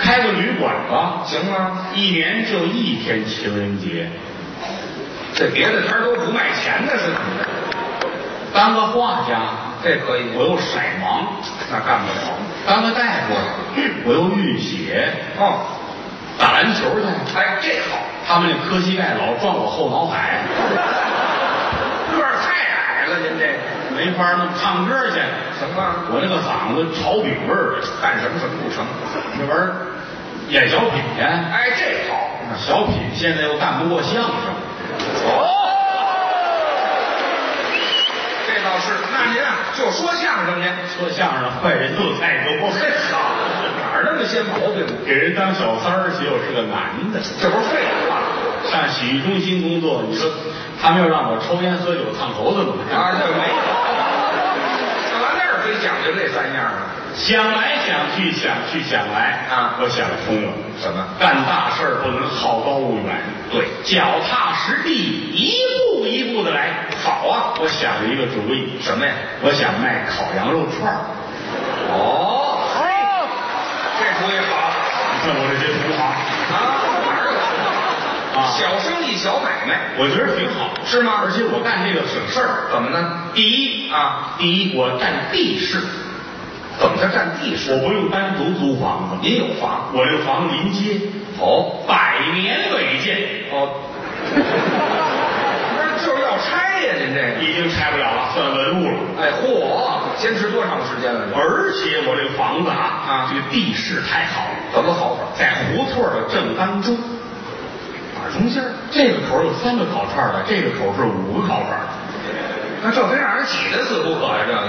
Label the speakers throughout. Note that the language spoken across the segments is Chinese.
Speaker 1: 开个旅馆吧，
Speaker 2: 行啊，
Speaker 1: 一年就一天情人节，
Speaker 2: 这别的摊儿都不卖钱的是怎么着？
Speaker 1: 当个画家，
Speaker 2: 这可以，
Speaker 1: 我又色盲；
Speaker 2: 那干不了。
Speaker 1: 当个大夫，我又晕血；
Speaker 2: 哦，
Speaker 1: 打篮球去，
Speaker 2: 哎，这好，
Speaker 1: 他们那磕膝盖老撞我后脑海，
Speaker 2: 个儿太矮了，您这个
Speaker 1: 没法弄唱歌去，
Speaker 2: 行啊，
Speaker 1: 我这个嗓子炒饼味儿的，哎
Speaker 2: 干什么什么不成？
Speaker 1: 那玩意儿演小品去，
Speaker 2: 哎，这好，
Speaker 1: 小品现在又干不过相声，
Speaker 2: 哦，这倒是。那您啊，就说相声去。
Speaker 1: 说相声的坏人又太多，
Speaker 2: 嘿，好，哪儿那么些毛病呢？
Speaker 1: 给人当小三儿，结果是个男的。
Speaker 2: 这不是废话
Speaker 1: 上洗浴中心工作，你说他们要让我抽烟喝酒烫头怎么办？
Speaker 2: 啊？这没有，干嘛那儿非讲究这三样啊？
Speaker 1: 想来想去，想去想来
Speaker 2: 啊
Speaker 1: 我想通了，
Speaker 2: 什么？
Speaker 1: 干大事儿不能好高骛远，
Speaker 2: 对
Speaker 1: 脚踏实地，一步一步的来。好啊，我想了一个主意，
Speaker 2: 什么呀？啊
Speaker 1: 我想卖烤羊肉串儿。
Speaker 2: 哦，这主意好
Speaker 1: 你看我这些同行，
Speaker 2: 啊，哪儿有
Speaker 1: 啊
Speaker 2: 小生意小买卖
Speaker 1: 我觉得挺好，
Speaker 2: 是吗？
Speaker 1: 而且我干这个省事儿。
Speaker 2: 怎么呢？
Speaker 1: 第一
Speaker 2: 啊，
Speaker 1: 第一我占地势，
Speaker 2: 怎么叫占地势？
Speaker 1: 我不用单独租房子，
Speaker 2: 您有房？
Speaker 1: 我这房临街，
Speaker 2: 哦
Speaker 1: 百年违建。
Speaker 2: 哦， 不是就是要拆呀、您这个。
Speaker 1: 已经拆不了了，算文物了。
Speaker 2: 哎，嚯，坚持多长时间了？这
Speaker 1: 而且我这个房子啊，
Speaker 2: 啊
Speaker 1: 这个地势太好了，
Speaker 2: 怎么好法？哎
Speaker 1: 在胡同的正当中，哪
Speaker 2: 啊
Speaker 1: 儿中间儿？这个口有三个烤串儿的，这个口是五个烤串儿的。
Speaker 2: 那这非让人挤得死不可呀、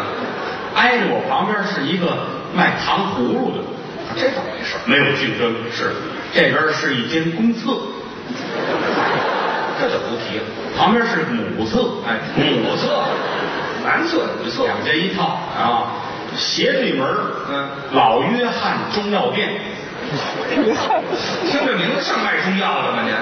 Speaker 1: 挨着我旁边是一个卖糖葫芦的，
Speaker 2: 啊这个这怎么回事？
Speaker 1: 没有竞争。是这边是一间公厕，
Speaker 2: 这就不提了。
Speaker 1: 旁边是母厕，
Speaker 2: 哎，
Speaker 1: 母
Speaker 2: 母
Speaker 1: 厕
Speaker 2: 厕，男厕女厕，
Speaker 1: 两间一套啊，斜对门儿
Speaker 2: 嗯
Speaker 1: 老约翰中药店，
Speaker 2: 听这名字像卖中药的吗？您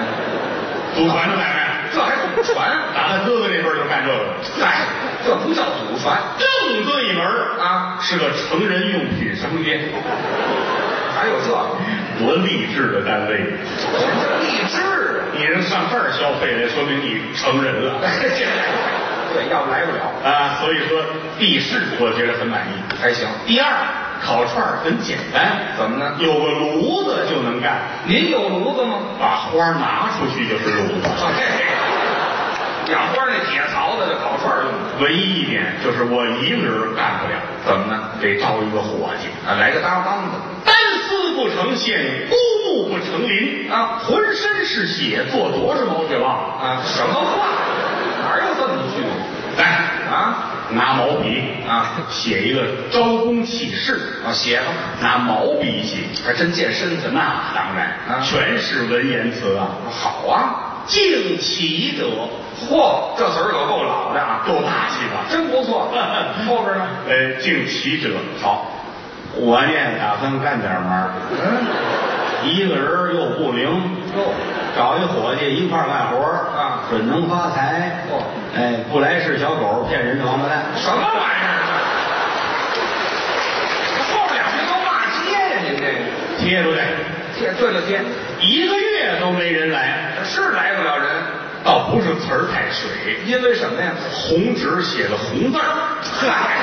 Speaker 1: 祖传的买卖，
Speaker 2: 这还祖传？啊
Speaker 1: 打他哥哥那辈儿就干这个了。
Speaker 2: 哎，这不叫祖传
Speaker 1: 正对门儿
Speaker 2: 啊，
Speaker 1: 是个成人用品商店，
Speaker 2: 还有这
Speaker 1: 多励志的单位！
Speaker 2: 这励志啊！
Speaker 1: 你能上这儿消费来，说明你成人 了
Speaker 2: 哎这对，要不来不了。
Speaker 1: 啊。所以说，地势我觉得很满意。
Speaker 2: 还行，
Speaker 1: 第二，烤串儿很简单，
Speaker 2: 怎么呢？
Speaker 1: 有个炉子就能干，
Speaker 2: 您有炉子吗？
Speaker 1: 把花儿拿出去就是炉子。
Speaker 2: 啊，这养花那铁槽子，这烤串儿用的。
Speaker 1: 唯一一点就是我一个人干不了，
Speaker 2: 怎么呢？
Speaker 1: 得招一个伙计。
Speaker 2: 啊，来个搭档的。
Speaker 1: 单丝不成线，孤木不成林
Speaker 2: 啊
Speaker 1: 浑身是血，做多少毛血旺？
Speaker 2: 啊，什么话？哪有这么一句
Speaker 1: 来，
Speaker 2: 啊？
Speaker 1: 哎拿毛笔
Speaker 2: 啊
Speaker 1: 写一个招工启事，
Speaker 2: 啊，写吧，
Speaker 1: 拿毛笔写，
Speaker 2: 还真健身去了。
Speaker 1: 那当然，
Speaker 2: 啊
Speaker 1: 全是文言词啊。
Speaker 2: 好啊，
Speaker 1: 敬其德，
Speaker 2: 嚯，这词儿可够老的啊，
Speaker 1: 够大气吧？。
Speaker 2: 真不错 后边呢？
Speaker 1: 呃，敬其德，好，我呢打算干点玩儿，
Speaker 2: 嗯，
Speaker 1: 一个人又不灵，
Speaker 2: 哟，
Speaker 1: 找一伙计一块儿干活儿
Speaker 2: 哦啊
Speaker 1: 准能发财。
Speaker 2: 哦
Speaker 1: 哎，不来事小狗骗人的王八蛋。
Speaker 2: 什么玩意儿？后两句都骂街呀，您这
Speaker 1: 贴出去，
Speaker 2: 个。贴对了贴，
Speaker 1: 一个月都没人来，
Speaker 2: 是来不了人，
Speaker 1: 倒不是词儿太水，
Speaker 2: 因为什么呀？
Speaker 1: 红纸写的红字儿，
Speaker 2: 嗨，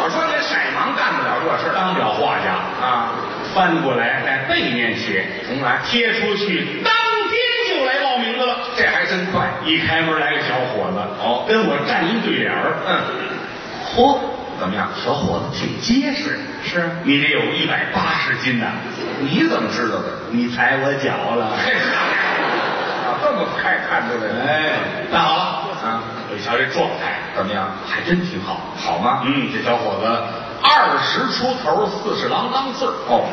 Speaker 2: 我说这色盲干不了这事儿
Speaker 1: 当不了画家。
Speaker 2: 啊，
Speaker 1: 翻过来在背面写，
Speaker 2: 重来，
Speaker 1: 贴出去，当天就来报名的了。
Speaker 2: 这还真快。
Speaker 1: 一开门来个小伙子，
Speaker 2: 哦
Speaker 1: 跟我站一对脸儿，
Speaker 2: 嗯，
Speaker 1: 嚯，
Speaker 2: 怎么样？
Speaker 1: 小伙子挺结实，
Speaker 2: 是啊
Speaker 1: 你得有一百八十斤呐、
Speaker 2: 你怎么知道的？
Speaker 1: 你踩我脚 了。
Speaker 2: 嘿，啊，这么快看出来了？
Speaker 1: 哎，那好了，
Speaker 2: 啊，
Speaker 1: 我一瞧这状态
Speaker 2: 怎么样？
Speaker 1: 还真挺好。
Speaker 2: 好吗？
Speaker 1: 嗯，这小伙子二十出头，四十郎当岁儿，
Speaker 2: 哦，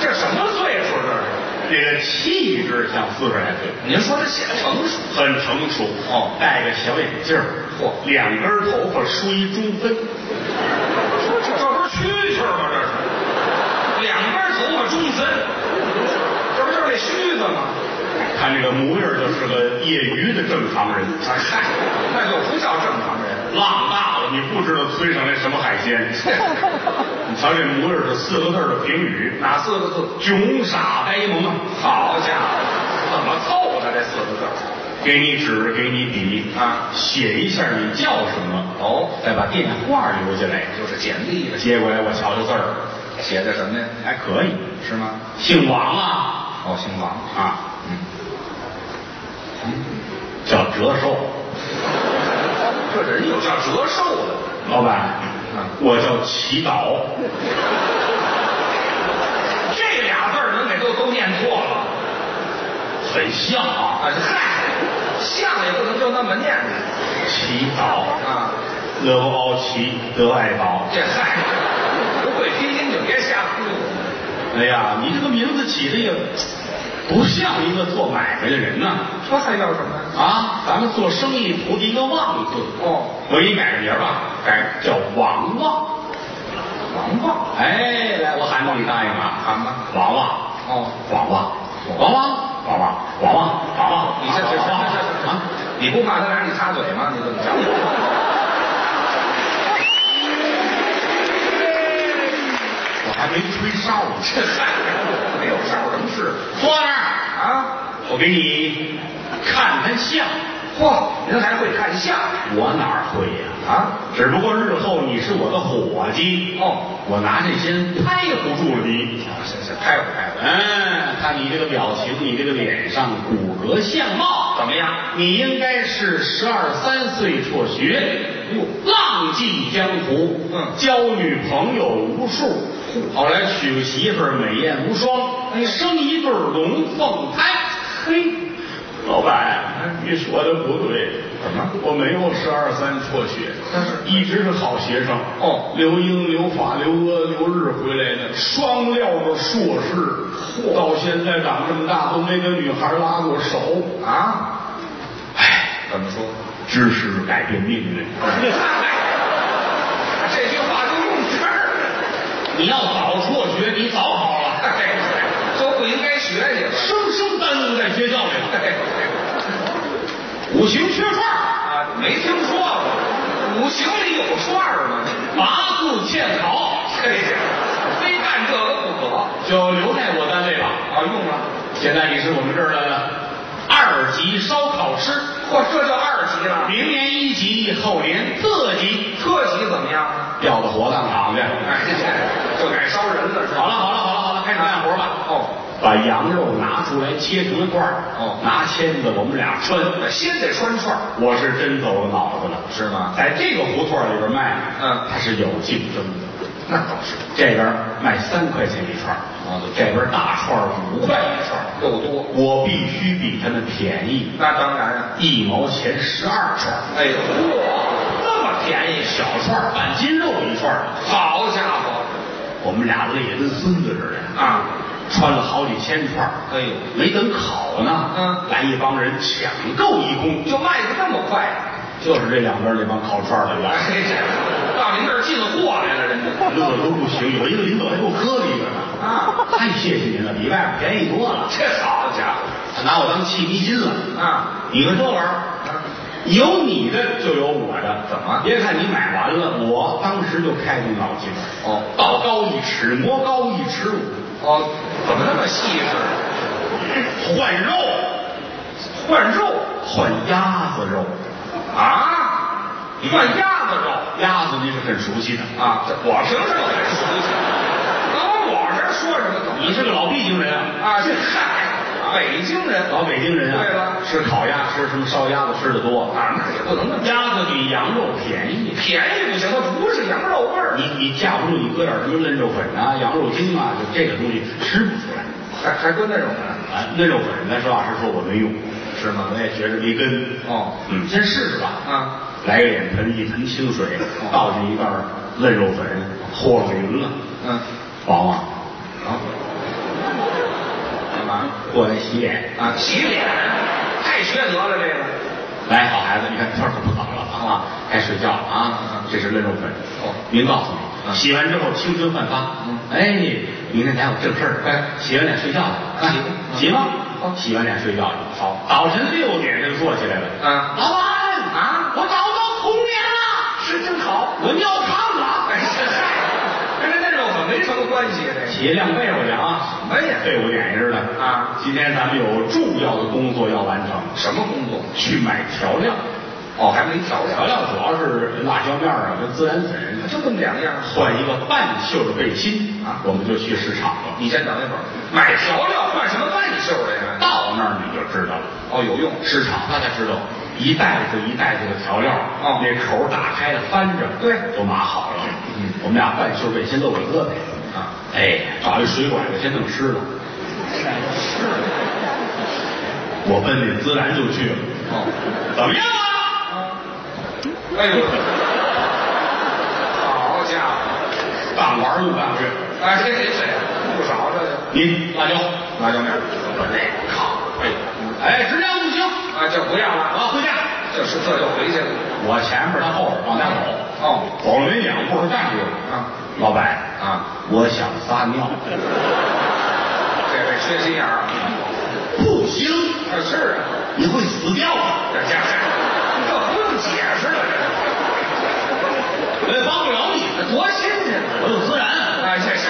Speaker 2: 这什么岁数这
Speaker 1: 这个气质像四十来岁，
Speaker 2: 是？您说这显成熟？
Speaker 1: 很成熟。
Speaker 2: 哦
Speaker 1: 戴个小眼镜儿，
Speaker 2: 嚯
Speaker 1: 两根头发梳一中分，
Speaker 2: 这不是蛐蛐吗？这是两根头发中分，这不就是那须子吗？
Speaker 1: 看这个模样儿就是个业余的正常人。
Speaker 2: 啊嗨，那就不叫正常人。
Speaker 1: 浪大了，你不知道推上来什么海鲜。你瞧这模样，这四个字儿的评语，
Speaker 2: 哪四个字？
Speaker 1: 囧傻呆萌啊！
Speaker 2: 好家伙，哎怎么凑的这四个字儿？
Speaker 1: 给你纸，给你笔
Speaker 2: 啊
Speaker 1: 写一下你叫什么，
Speaker 2: 哦，
Speaker 1: 再把电话留下来，
Speaker 2: 就是简历了，
Speaker 1: 接过来我瞧瞧字儿，
Speaker 2: 写的什么呀？哎
Speaker 1: 还可以。
Speaker 2: 是吗？
Speaker 1: 姓王啊
Speaker 2: 哦，姓王。
Speaker 1: 啊，
Speaker 2: 嗯，
Speaker 1: 叫折寿。
Speaker 2: 这人有叫折寿的，
Speaker 1: 老板，我叫祈祷。
Speaker 2: 这俩字儿能给都都念错了。
Speaker 1: 很像
Speaker 2: 啊，
Speaker 1: 啊，
Speaker 2: 嗨，像也不能就那么念
Speaker 1: 祈祷，
Speaker 2: 啊。
Speaker 1: 乐不傲奇，得爱宝。
Speaker 2: 这嗨，不会拼音就别瞎说。
Speaker 1: 哎呀，你这个名字起的也不像一个做买卖的人呐、
Speaker 2: 这还叫什么呀？
Speaker 1: 啊，咱们做生意图的一个旺字，
Speaker 2: 哦，
Speaker 1: 我给你改个名儿吧，改叫王旺。
Speaker 2: 王旺。
Speaker 1: 哎，来，我喊过你答应啊，
Speaker 2: 喊吧。
Speaker 1: 王旺。
Speaker 2: 哦，
Speaker 1: 王旺，王旺，王旺，王旺，王旺，
Speaker 2: 你这这这
Speaker 1: 王旺
Speaker 2: 这
Speaker 1: 啊！
Speaker 2: 你不怕他拿你擦嘴吗？你怎么着？
Speaker 1: 我还没吹哨呢，
Speaker 2: 这嗨，没有事儿，什么事
Speaker 1: 坐那儿，
Speaker 2: 啊？
Speaker 1: 我给你看看相。
Speaker 2: 嚯，您还会看相
Speaker 1: 我哪儿会呀、
Speaker 2: 啊？
Speaker 1: 只不过日后你是我的伙计，
Speaker 2: 哦，
Speaker 1: 我拿这些拍唬住了你。
Speaker 2: 行行，拍吧拍吧，
Speaker 1: 嗯，看你这个表情，你这个脸上骨骼相貌，
Speaker 2: 怎么样？
Speaker 1: 你应该是十二三岁辍学，浪迹江湖，
Speaker 2: 嗯
Speaker 1: 交女朋友无数，后来娶个媳妇儿美艳无双，
Speaker 2: 哎
Speaker 1: 生一对儿龙凤胎。嘿，老板，你说的不对，
Speaker 2: 怎么？
Speaker 1: 我没有十二三辍学，
Speaker 2: 但是
Speaker 1: 一直是好学生。
Speaker 2: 哦，
Speaker 1: 留英、留法、留俄、留日回来的，双料的硕士，
Speaker 2: 嚯
Speaker 1: 到现在长这么大都没跟女孩拉过手。
Speaker 2: 啊？
Speaker 1: 唉，
Speaker 2: 怎么说？
Speaker 1: 哎知识改变命运。
Speaker 2: 嗨，这句话都用词儿
Speaker 1: 你要早辍学，你早好
Speaker 2: 了，
Speaker 1: 了，
Speaker 2: 哎都不应该学去了。
Speaker 1: 生生耽误在学校里了。
Speaker 2: 哎
Speaker 1: 五行缺串儿，
Speaker 2: 啊，没听说过，五行里有串儿吗？
Speaker 1: 八字欠考，
Speaker 2: 嘿，非干这个不可。
Speaker 1: 就留在我单位吧。
Speaker 2: 啊，用了，
Speaker 1: 现在你是我们这儿的二级烧烤师，
Speaker 2: 嚯，这叫二级了。
Speaker 1: 明年一级，后年特级，
Speaker 2: 特级怎么样？
Speaker 1: 调到火葬场去。
Speaker 2: 哎，就改烧人了是吧？
Speaker 1: 好了，好了，好了，好了，开始干活吧。
Speaker 2: 哦，
Speaker 1: 把羊肉拿出来切成一块儿，
Speaker 2: 哦
Speaker 1: 拿签子我们俩穿。
Speaker 2: 先得穿串儿
Speaker 1: 我是真走了脑子了，
Speaker 2: 是吗？
Speaker 1: 在这个胡同里边卖，
Speaker 2: 嗯
Speaker 1: 它是有竞争的。
Speaker 2: 那倒是，
Speaker 1: 这边卖三块钱一串儿，
Speaker 2: 哦
Speaker 1: 这边大串儿五块一串儿，
Speaker 2: 又多。
Speaker 1: 我必须比他们便宜，
Speaker 2: 那当然啊。
Speaker 1: 一毛钱十二串儿，
Speaker 2: 哎呦，嚯，
Speaker 1: 那么便宜，小串儿半斤肉一串儿，
Speaker 2: 好家伙
Speaker 1: 我们俩累得跟孙子似的，
Speaker 2: 啊！
Speaker 1: 穿了好几千串儿，
Speaker 2: 哎呦，
Speaker 1: 没等烤呢，
Speaker 2: 嗯
Speaker 1: 来一帮人抢购一空，
Speaker 2: 就卖的那么快、啊
Speaker 1: 就是这两边那帮烤串儿的
Speaker 2: 哎
Speaker 1: 来，，
Speaker 2: 这到您这儿进货来了，人家
Speaker 1: 乐得都不行，有一个领导还给我磕了一个呢。
Speaker 2: 啊，
Speaker 1: 太谢谢您了，比外边便宜多了。
Speaker 2: 这好家
Speaker 1: 他拿我当气迷心了。
Speaker 2: 伙啊！
Speaker 1: 你看这玩意儿，有你的就有我的，
Speaker 2: 怎么
Speaker 1: 别看你买完了，我当时就开动脑筋了，
Speaker 2: 哦
Speaker 1: 道高一尺，魔高一尺五，
Speaker 2: 哦，怎么那么细致？
Speaker 1: 换肉，
Speaker 2: 换肉
Speaker 1: 换鸭子肉。
Speaker 2: 啊？换鸭子肉
Speaker 1: 鸭子您是很熟悉的，
Speaker 2: 啊？这我平时很熟悉，那往我这儿说什么
Speaker 1: 你是个老北京人啊，
Speaker 2: 啊？这嗨，啊北京人
Speaker 1: 老北京人啊，
Speaker 2: 对了
Speaker 1: 吃烤鸭吃什么烧鸭子吃的多
Speaker 2: 啊，那也不能那么
Speaker 1: 鸭子比羊肉便宜。
Speaker 2: 便宜不行，它不是羊肉味儿，
Speaker 1: 你你架不住你搁点什么嫩肉粉啊、羊肉精啊，就这个东西吃不出来。
Speaker 2: 还还搁那种呢？
Speaker 1: 啊，嫩肉粉咱实话实说我没用，是吗？我也觉着没根。
Speaker 2: 哦
Speaker 1: 嗯，先试试吧。
Speaker 2: 啊，哦
Speaker 1: 来个脸盆，一盆清水，倒进一袋儿嫩肉粉，和上匀了。
Speaker 2: 嗯，
Speaker 1: 王王，
Speaker 2: 好，干嘛？
Speaker 1: 过来洗脸。
Speaker 2: 啊，洗脸，太缺德了，这个。
Speaker 1: 来，好孩子，你看天儿可不早了啊，该睡觉了啊。这是嫩肉粉。
Speaker 2: 哦
Speaker 1: 您告诉你，
Speaker 2: 嗯
Speaker 1: 洗完之后青春焕发。
Speaker 2: 嗯
Speaker 1: 哎，明天咱有正事儿。
Speaker 2: 哎
Speaker 1: 洗完脸睡觉了。
Speaker 2: 洗
Speaker 1: 哎洗吗
Speaker 2: 嗯？
Speaker 1: 洗完脸睡觉了。好，早晨六点就坐起来了。
Speaker 2: 啊
Speaker 1: 老板
Speaker 2: 啊
Speaker 1: 我找到童年了。神经烤，
Speaker 2: 我尿炕了。
Speaker 1: 哎是
Speaker 2: 跟这内容可没什么关系。
Speaker 1: 起一晾被窝去啊！
Speaker 2: 哎呀
Speaker 1: 被窝撵似的
Speaker 2: 啊！
Speaker 1: 今天咱们有重要的工作要完成，
Speaker 2: 这什么工作？
Speaker 1: 去买调料。
Speaker 2: 哦，还没调
Speaker 1: 调料主要是辣椒面啊跟孜然粉，
Speaker 2: 就这么两样。
Speaker 1: 换一个半袖的背心
Speaker 2: 啊
Speaker 1: 我们就去市场了。
Speaker 2: 你先等一会儿，买调料换什么半袖的呀？
Speaker 1: 到那儿你就知道了。
Speaker 2: 哦，有用。
Speaker 1: 市场他才知道，一袋子一袋子的调料，
Speaker 2: 哦
Speaker 1: 那口儿打开了翻着，
Speaker 2: 对
Speaker 1: 都码好了。
Speaker 2: 嗯
Speaker 1: 我们俩半袖背心露个胳膊，
Speaker 2: 啊，
Speaker 1: 哎，找一水管子先弄湿了，我奔那孜然就去了。
Speaker 2: 哦，
Speaker 1: 怎么样啊？
Speaker 2: 哎呦，好家伙，
Speaker 1: 干玩儿就干去，
Speaker 2: 哎，这这这不少这就
Speaker 1: 你辣椒，
Speaker 2: 辣椒面儿，
Speaker 1: 我这靠，哎，哎，质量不行，
Speaker 2: 啊，就不要了
Speaker 1: 我要
Speaker 2: 啊，
Speaker 1: 回家。
Speaker 2: 这是这就回去了。
Speaker 1: 我前面他后边往家走，
Speaker 2: 哦，
Speaker 1: 走了没两步站起来，
Speaker 2: 啊
Speaker 1: 老板，
Speaker 2: 啊，
Speaker 1: 我想撒尿，
Speaker 2: 这位缺心眼儿，
Speaker 1: 不行，
Speaker 2: 啊是啊，
Speaker 1: 你会死掉啊的。
Speaker 2: 这家伙，这不用解释了，
Speaker 1: 我也呃帮不了你，
Speaker 2: 这多新鲜啊！
Speaker 1: 我有孜然。
Speaker 2: 哎，这是，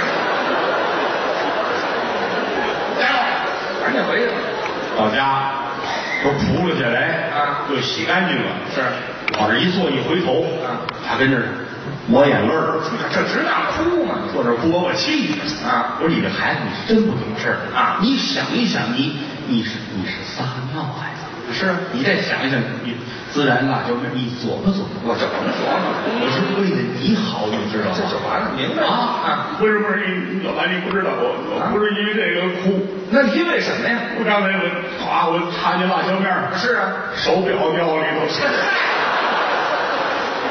Speaker 1: 待会儿
Speaker 2: 赶紧回去吧。
Speaker 1: 到家都扑了起来，
Speaker 2: 啊
Speaker 1: 就洗干净了。
Speaker 2: 是，
Speaker 1: 往这一坐，一回头，
Speaker 2: 啊
Speaker 1: 他跟这儿抹眼泪儿，
Speaker 2: 这值当哭嘛？
Speaker 1: 坐这儿不把我气的
Speaker 2: 啊
Speaker 1: 我说你这孩子，你是真不懂事儿
Speaker 2: 啊
Speaker 1: 你想一想，你你是你是撒尿孩子，
Speaker 2: 是啊
Speaker 1: 你再想一想，你孜然辣椒面，你琢磨琢磨，
Speaker 2: 我这甭琢磨，
Speaker 1: 我是为了你好，你知道吗？
Speaker 2: 这就完了，明白了
Speaker 1: 啊！不是不是，你老板你不知道，我
Speaker 2: 啊
Speaker 1: 我不是因为这个哭，
Speaker 2: 那因为什么呀？
Speaker 1: 我刚才我啊，我看见辣椒面儿，
Speaker 2: 是啊，
Speaker 1: 手表掉里头，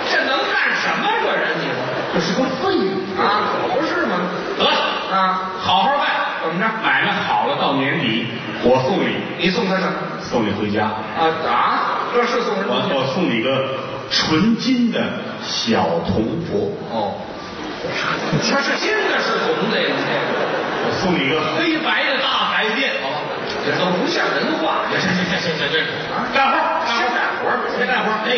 Speaker 2: 这能干什么？ 这人你
Speaker 1: 这是个废物！
Speaker 2: 啊，可不是吗？
Speaker 1: 得了，
Speaker 2: 啊，
Speaker 1: 好好干，
Speaker 2: 怎么着？
Speaker 1: 买卖好了，到年底我送你，
Speaker 2: 你送他什么？
Speaker 1: 送你回家，
Speaker 2: 啊啊，这是送什
Speaker 1: 我
Speaker 2: 么？
Speaker 1: 我送你个纯金的小铜箔，
Speaker 2: 哦，这是金的，是铜的呀？你这
Speaker 1: 我送你个黑白的大海淀，好吧？
Speaker 2: 个这都不像人话。啊
Speaker 1: 行行行行行行，干活儿，
Speaker 2: 先干活儿
Speaker 1: 先干活儿，哎，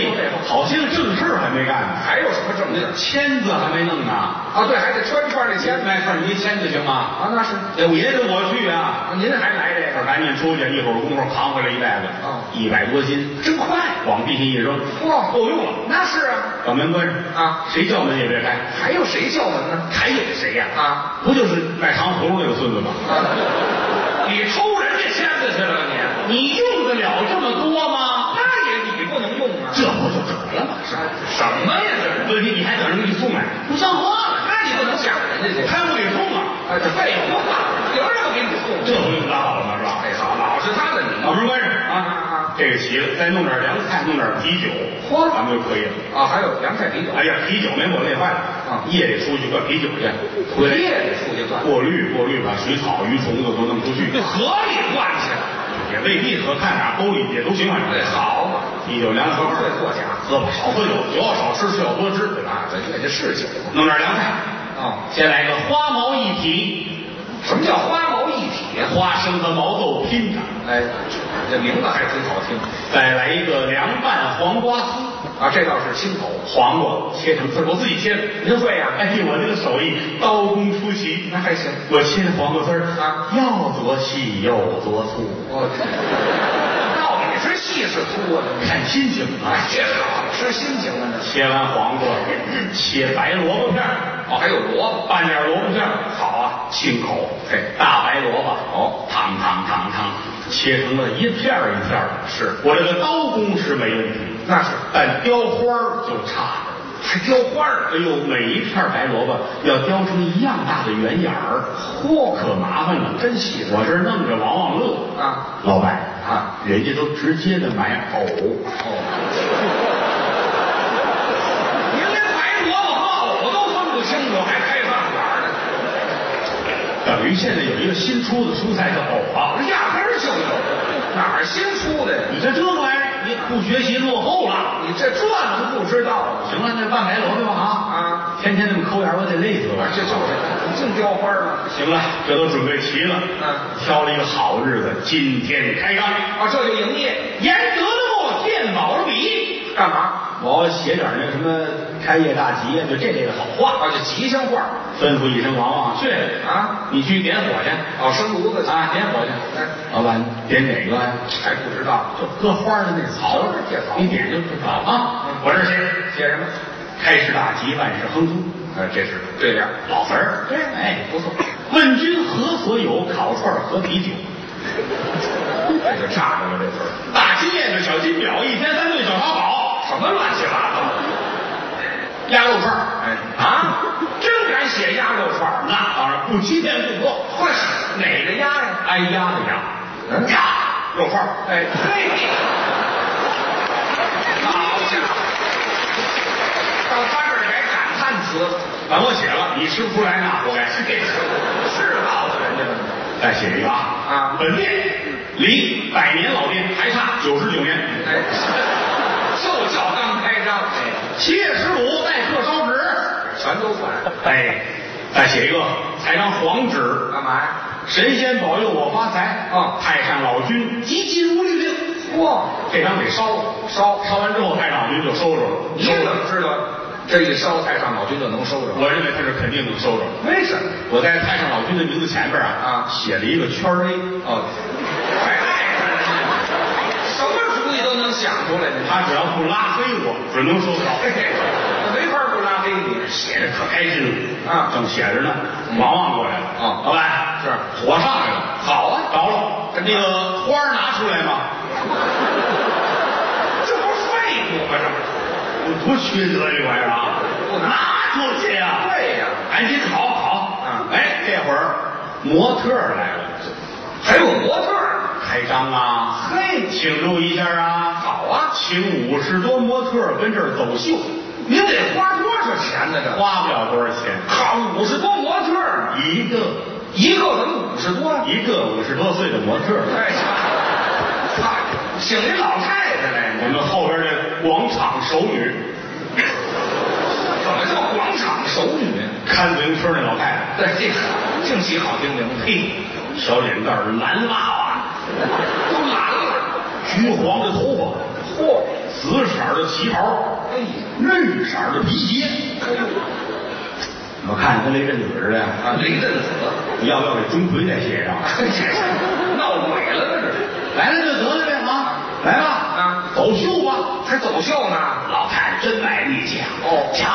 Speaker 1: 好些个正事儿还没干呢，
Speaker 2: 还有什么证
Speaker 1: 那
Speaker 2: 据？
Speaker 1: 签字还没弄呢，
Speaker 2: 啊，对，还得穿串那钱
Speaker 1: 卖份儿泥签字行吗？
Speaker 2: 啊，那是。
Speaker 1: 哎，我也得我去啊！
Speaker 2: 您还来这
Speaker 1: 这会儿
Speaker 2: 个？
Speaker 1: 赶紧出去，一会儿功夫扛回来一袋子，
Speaker 2: 哦
Speaker 1: 一百多斤，
Speaker 2: 真快！
Speaker 1: 往地下一扔，
Speaker 2: 哇
Speaker 1: 够用了。
Speaker 2: 那是啊。
Speaker 1: 把门关上
Speaker 2: 啊！
Speaker 1: 谁叫门也别开。
Speaker 2: 还有谁叫门呢？
Speaker 1: 还有谁呀？
Speaker 2: 啊，
Speaker 1: 不就是卖糖葫芦那个孙子吗？
Speaker 2: 啊， 你偷人家签子去了你？
Speaker 1: 你用得了这么多吗？
Speaker 2: 那也你不能用啊！
Speaker 1: 这不就得了吗？是吧？
Speaker 2: 什么呀这是？
Speaker 1: 问题你还等着给送来，不像话了！
Speaker 2: 那你不能想人家去。
Speaker 1: 还不给送啊？
Speaker 2: 哎，这废话，凭什么给你送？
Speaker 1: 这不就拉倒了吗？是吧？
Speaker 2: 哎，好，老实踏实你
Speaker 1: 把门关上
Speaker 2: 啊啊啊！
Speaker 1: 这个齐了，再弄点凉菜，弄点啤酒，
Speaker 2: 嚯
Speaker 1: 咱们就可以了。
Speaker 2: 啊，还有凉菜啤酒，
Speaker 1: 哎呀，啤酒没我累坏了
Speaker 2: 啊
Speaker 1: 夜里出去灌啤酒去，回来
Speaker 2: 夜里出去灌，
Speaker 1: 过滤过滤，把水草、鱼虫子都 弄出去，
Speaker 2: 河里灌去。
Speaker 1: 也未必和看哪沟里也都行啊。
Speaker 2: 哎，好嘛，
Speaker 1: 啤酒凉喝
Speaker 2: 会作假
Speaker 1: 喝吧，少喝酒，酒要少吃，睡要多吃，对吧？
Speaker 2: 啊，这这这是酒
Speaker 1: 弄点凉菜，
Speaker 2: 啊。
Speaker 1: 先来个花毛一体，
Speaker 2: 什么叫花毛一体呀？
Speaker 1: 花生和毛豆拼着，
Speaker 2: 哎，这名字还挺好听
Speaker 1: 再来一个凉拌黄瓜丝，
Speaker 2: 啊，这倒是亲口。
Speaker 1: 黄瓜切成丝，我自己切的。
Speaker 2: 您会啊呀、
Speaker 1: 哎，我这个手艺刀工出奇。
Speaker 2: 那还行。
Speaker 1: 我切黄瓜丝儿
Speaker 2: 啊
Speaker 1: 要多细有多粗，
Speaker 2: 我到底是细是粗啊？
Speaker 1: 看心情
Speaker 2: 哎
Speaker 1: 啊。，
Speaker 2: 这好吃心情啊，这
Speaker 1: 切完黄瓜，切白萝卜片儿，
Speaker 2: 哦，还有萝卜
Speaker 1: 拌点萝卜片儿，好啊，清口。
Speaker 2: 嘿
Speaker 1: 大白萝卜，哦，烫烫烫烫，切成了一片儿一片儿的。
Speaker 2: 是
Speaker 1: 我这个刀工是没问题，
Speaker 2: 那是
Speaker 1: 但雕花儿就差了。
Speaker 2: 还雕花儿。
Speaker 1: 哎呦，每一片白萝卜要雕成一样大的圆眼儿，嚯，可麻烦了，真细。我这儿弄着王望乐
Speaker 2: 啊，
Speaker 1: 老板
Speaker 2: 啊，
Speaker 1: 人家都直接的买
Speaker 2: 哦，
Speaker 1: 藕，
Speaker 2: 您连白萝卜和藕都分不清楚，还开饭馆呢？
Speaker 1: 等于现在有一个新出的蔬菜叫藕啊。
Speaker 2: 压根儿就有，哪儿新出的呀？
Speaker 1: 你这这玩意儿，你不学习落后了。
Speaker 2: 你这这都不知道啊？
Speaker 1: 行了，那拌白萝卜吧啊
Speaker 2: 啊，
Speaker 1: 天天那么抠眼儿，我得累死了。
Speaker 2: 这就是净雕花儿嘛。
Speaker 1: 行了，这都准备齐了。
Speaker 2: 嗯，
Speaker 1: 挑了一个好日子，今天开干。
Speaker 2: 啊，这就营业。
Speaker 1: 严格的给我垫保了笔，
Speaker 2: 干嘛？
Speaker 1: 我写点那什么开业大吉呀，就这类的好话，
Speaker 2: 啊，就吉祥话。
Speaker 1: 吩咐一声王旺
Speaker 2: 去啊，
Speaker 1: 你去点火去。
Speaker 2: 哦，生炉子去
Speaker 1: 啊，点火去！老板，点哪个呀？
Speaker 2: 哎还不知道。
Speaker 1: 就搁花的那草
Speaker 2: 是这草
Speaker 1: 你点就知道啊。我这写
Speaker 2: 写什么？
Speaker 1: 开市大吉，万事亨通，
Speaker 2: 呃，这是对联。
Speaker 1: 老词儿。
Speaker 2: 对
Speaker 1: 哎，
Speaker 2: 不错，
Speaker 1: 问君何所有？烤串儿和啤酒。
Speaker 2: 这就炸着了这词儿，
Speaker 1: 大金链子、小金表，一天三顿小烧烤，
Speaker 2: 什么乱七八糟的？
Speaker 1: 鸭肉串儿。
Speaker 2: 哎
Speaker 1: 啊，
Speaker 2: 真敢写鸭肉串儿？
Speaker 1: 那当然不欺骗顾客。
Speaker 2: 会哪个鸭呀？
Speaker 1: 哎呀的呀，
Speaker 2: 嗯
Speaker 1: 呀，肉串儿。
Speaker 2: 哎，嘿，好家伙，到他这儿改感叹词，
Speaker 1: 反我写了，你吃不出来呢，活该。
Speaker 2: 这是是告诉人家的吗？
Speaker 1: 再写一个啊
Speaker 2: 啊
Speaker 1: 本店离百年老店还差九十九年，
Speaker 2: 哎，就叫刚开张，
Speaker 1: 七月十五待客烧纸。
Speaker 2: 全都算
Speaker 1: 哎，再写一个，裁张黄纸，
Speaker 2: 干嘛呀？
Speaker 1: 神仙保佑我发财
Speaker 2: 啊
Speaker 1: 太上老君吉吉如律令。
Speaker 2: 嚯，
Speaker 1: 这张得烧了，烧烧完之后，太上老君就收着了。
Speaker 2: 你怎么知道这一烧太上老君就能收着？
Speaker 1: 我认为他是肯定能收着。
Speaker 2: 为什么？
Speaker 1: 我在太上老君的名字前边啊
Speaker 2: 啊
Speaker 1: 写了一个圈儿 A。
Speaker 2: 哦，太爱他了，什么主意都能想出来呢？
Speaker 1: 他只要不拉黑我，准能收着。
Speaker 2: 嘿嘿，没法不拉黑你。
Speaker 1: 写的可开心了
Speaker 2: 啊
Speaker 1: 正写着呢，王旺过来了
Speaker 2: 啊
Speaker 1: 老板
Speaker 2: 是
Speaker 1: 火上来了，
Speaker 2: 好啊
Speaker 1: 着了，
Speaker 2: 真
Speaker 1: 那个花儿拿出来吗？
Speaker 2: 这不是废物吗？这不
Speaker 1: 我多缺德这玩意儿啊！
Speaker 2: 不拿
Speaker 1: 拿啊出去呀、
Speaker 2: 是
Speaker 1: 哎
Speaker 2: 对呀、
Speaker 1: 赶紧烤烤。
Speaker 2: 嗯
Speaker 1: 哎，这会儿模特儿来了，
Speaker 2: 还有模特儿，
Speaker 1: 开张啊，
Speaker 2: 嘿
Speaker 1: 庆祝一下啊！
Speaker 2: 好啊，
Speaker 1: 请五十多模特儿跟这儿走秀，
Speaker 2: 您得花多少钱呢？这
Speaker 1: 花不了多少钱，
Speaker 2: 好五十多模特儿，
Speaker 1: 一个
Speaker 2: 一个怎么五十多呀？
Speaker 1: 一个五十多岁的模特儿。
Speaker 2: 哎呀，操，请一老太太来，
Speaker 1: 我们后边这广场首女，
Speaker 2: 怎么叫广场熟女？
Speaker 1: 看自行车那老太太，
Speaker 2: 对，这净起好精灵的，
Speaker 1: 嘿，小脸蛋儿蓝娃娃，
Speaker 2: 都蓝了。
Speaker 1: 橘黄的头发，
Speaker 2: 嚯，
Speaker 1: 紫色儿的旗袍，
Speaker 2: 哎呀，
Speaker 1: 嫩色儿的皮鞋。我看跟雷震子似的呀，
Speaker 2: 啊，雷震子，
Speaker 1: 你要不要给钟馗再写上？
Speaker 2: 这是闹鬼了，这是
Speaker 1: 来了就得了呗啊，来吧
Speaker 2: 啊
Speaker 1: 走秀吧。
Speaker 2: 还走秀呢？
Speaker 1: 老太太真卖力气啊！
Speaker 2: 哦
Speaker 1: 唱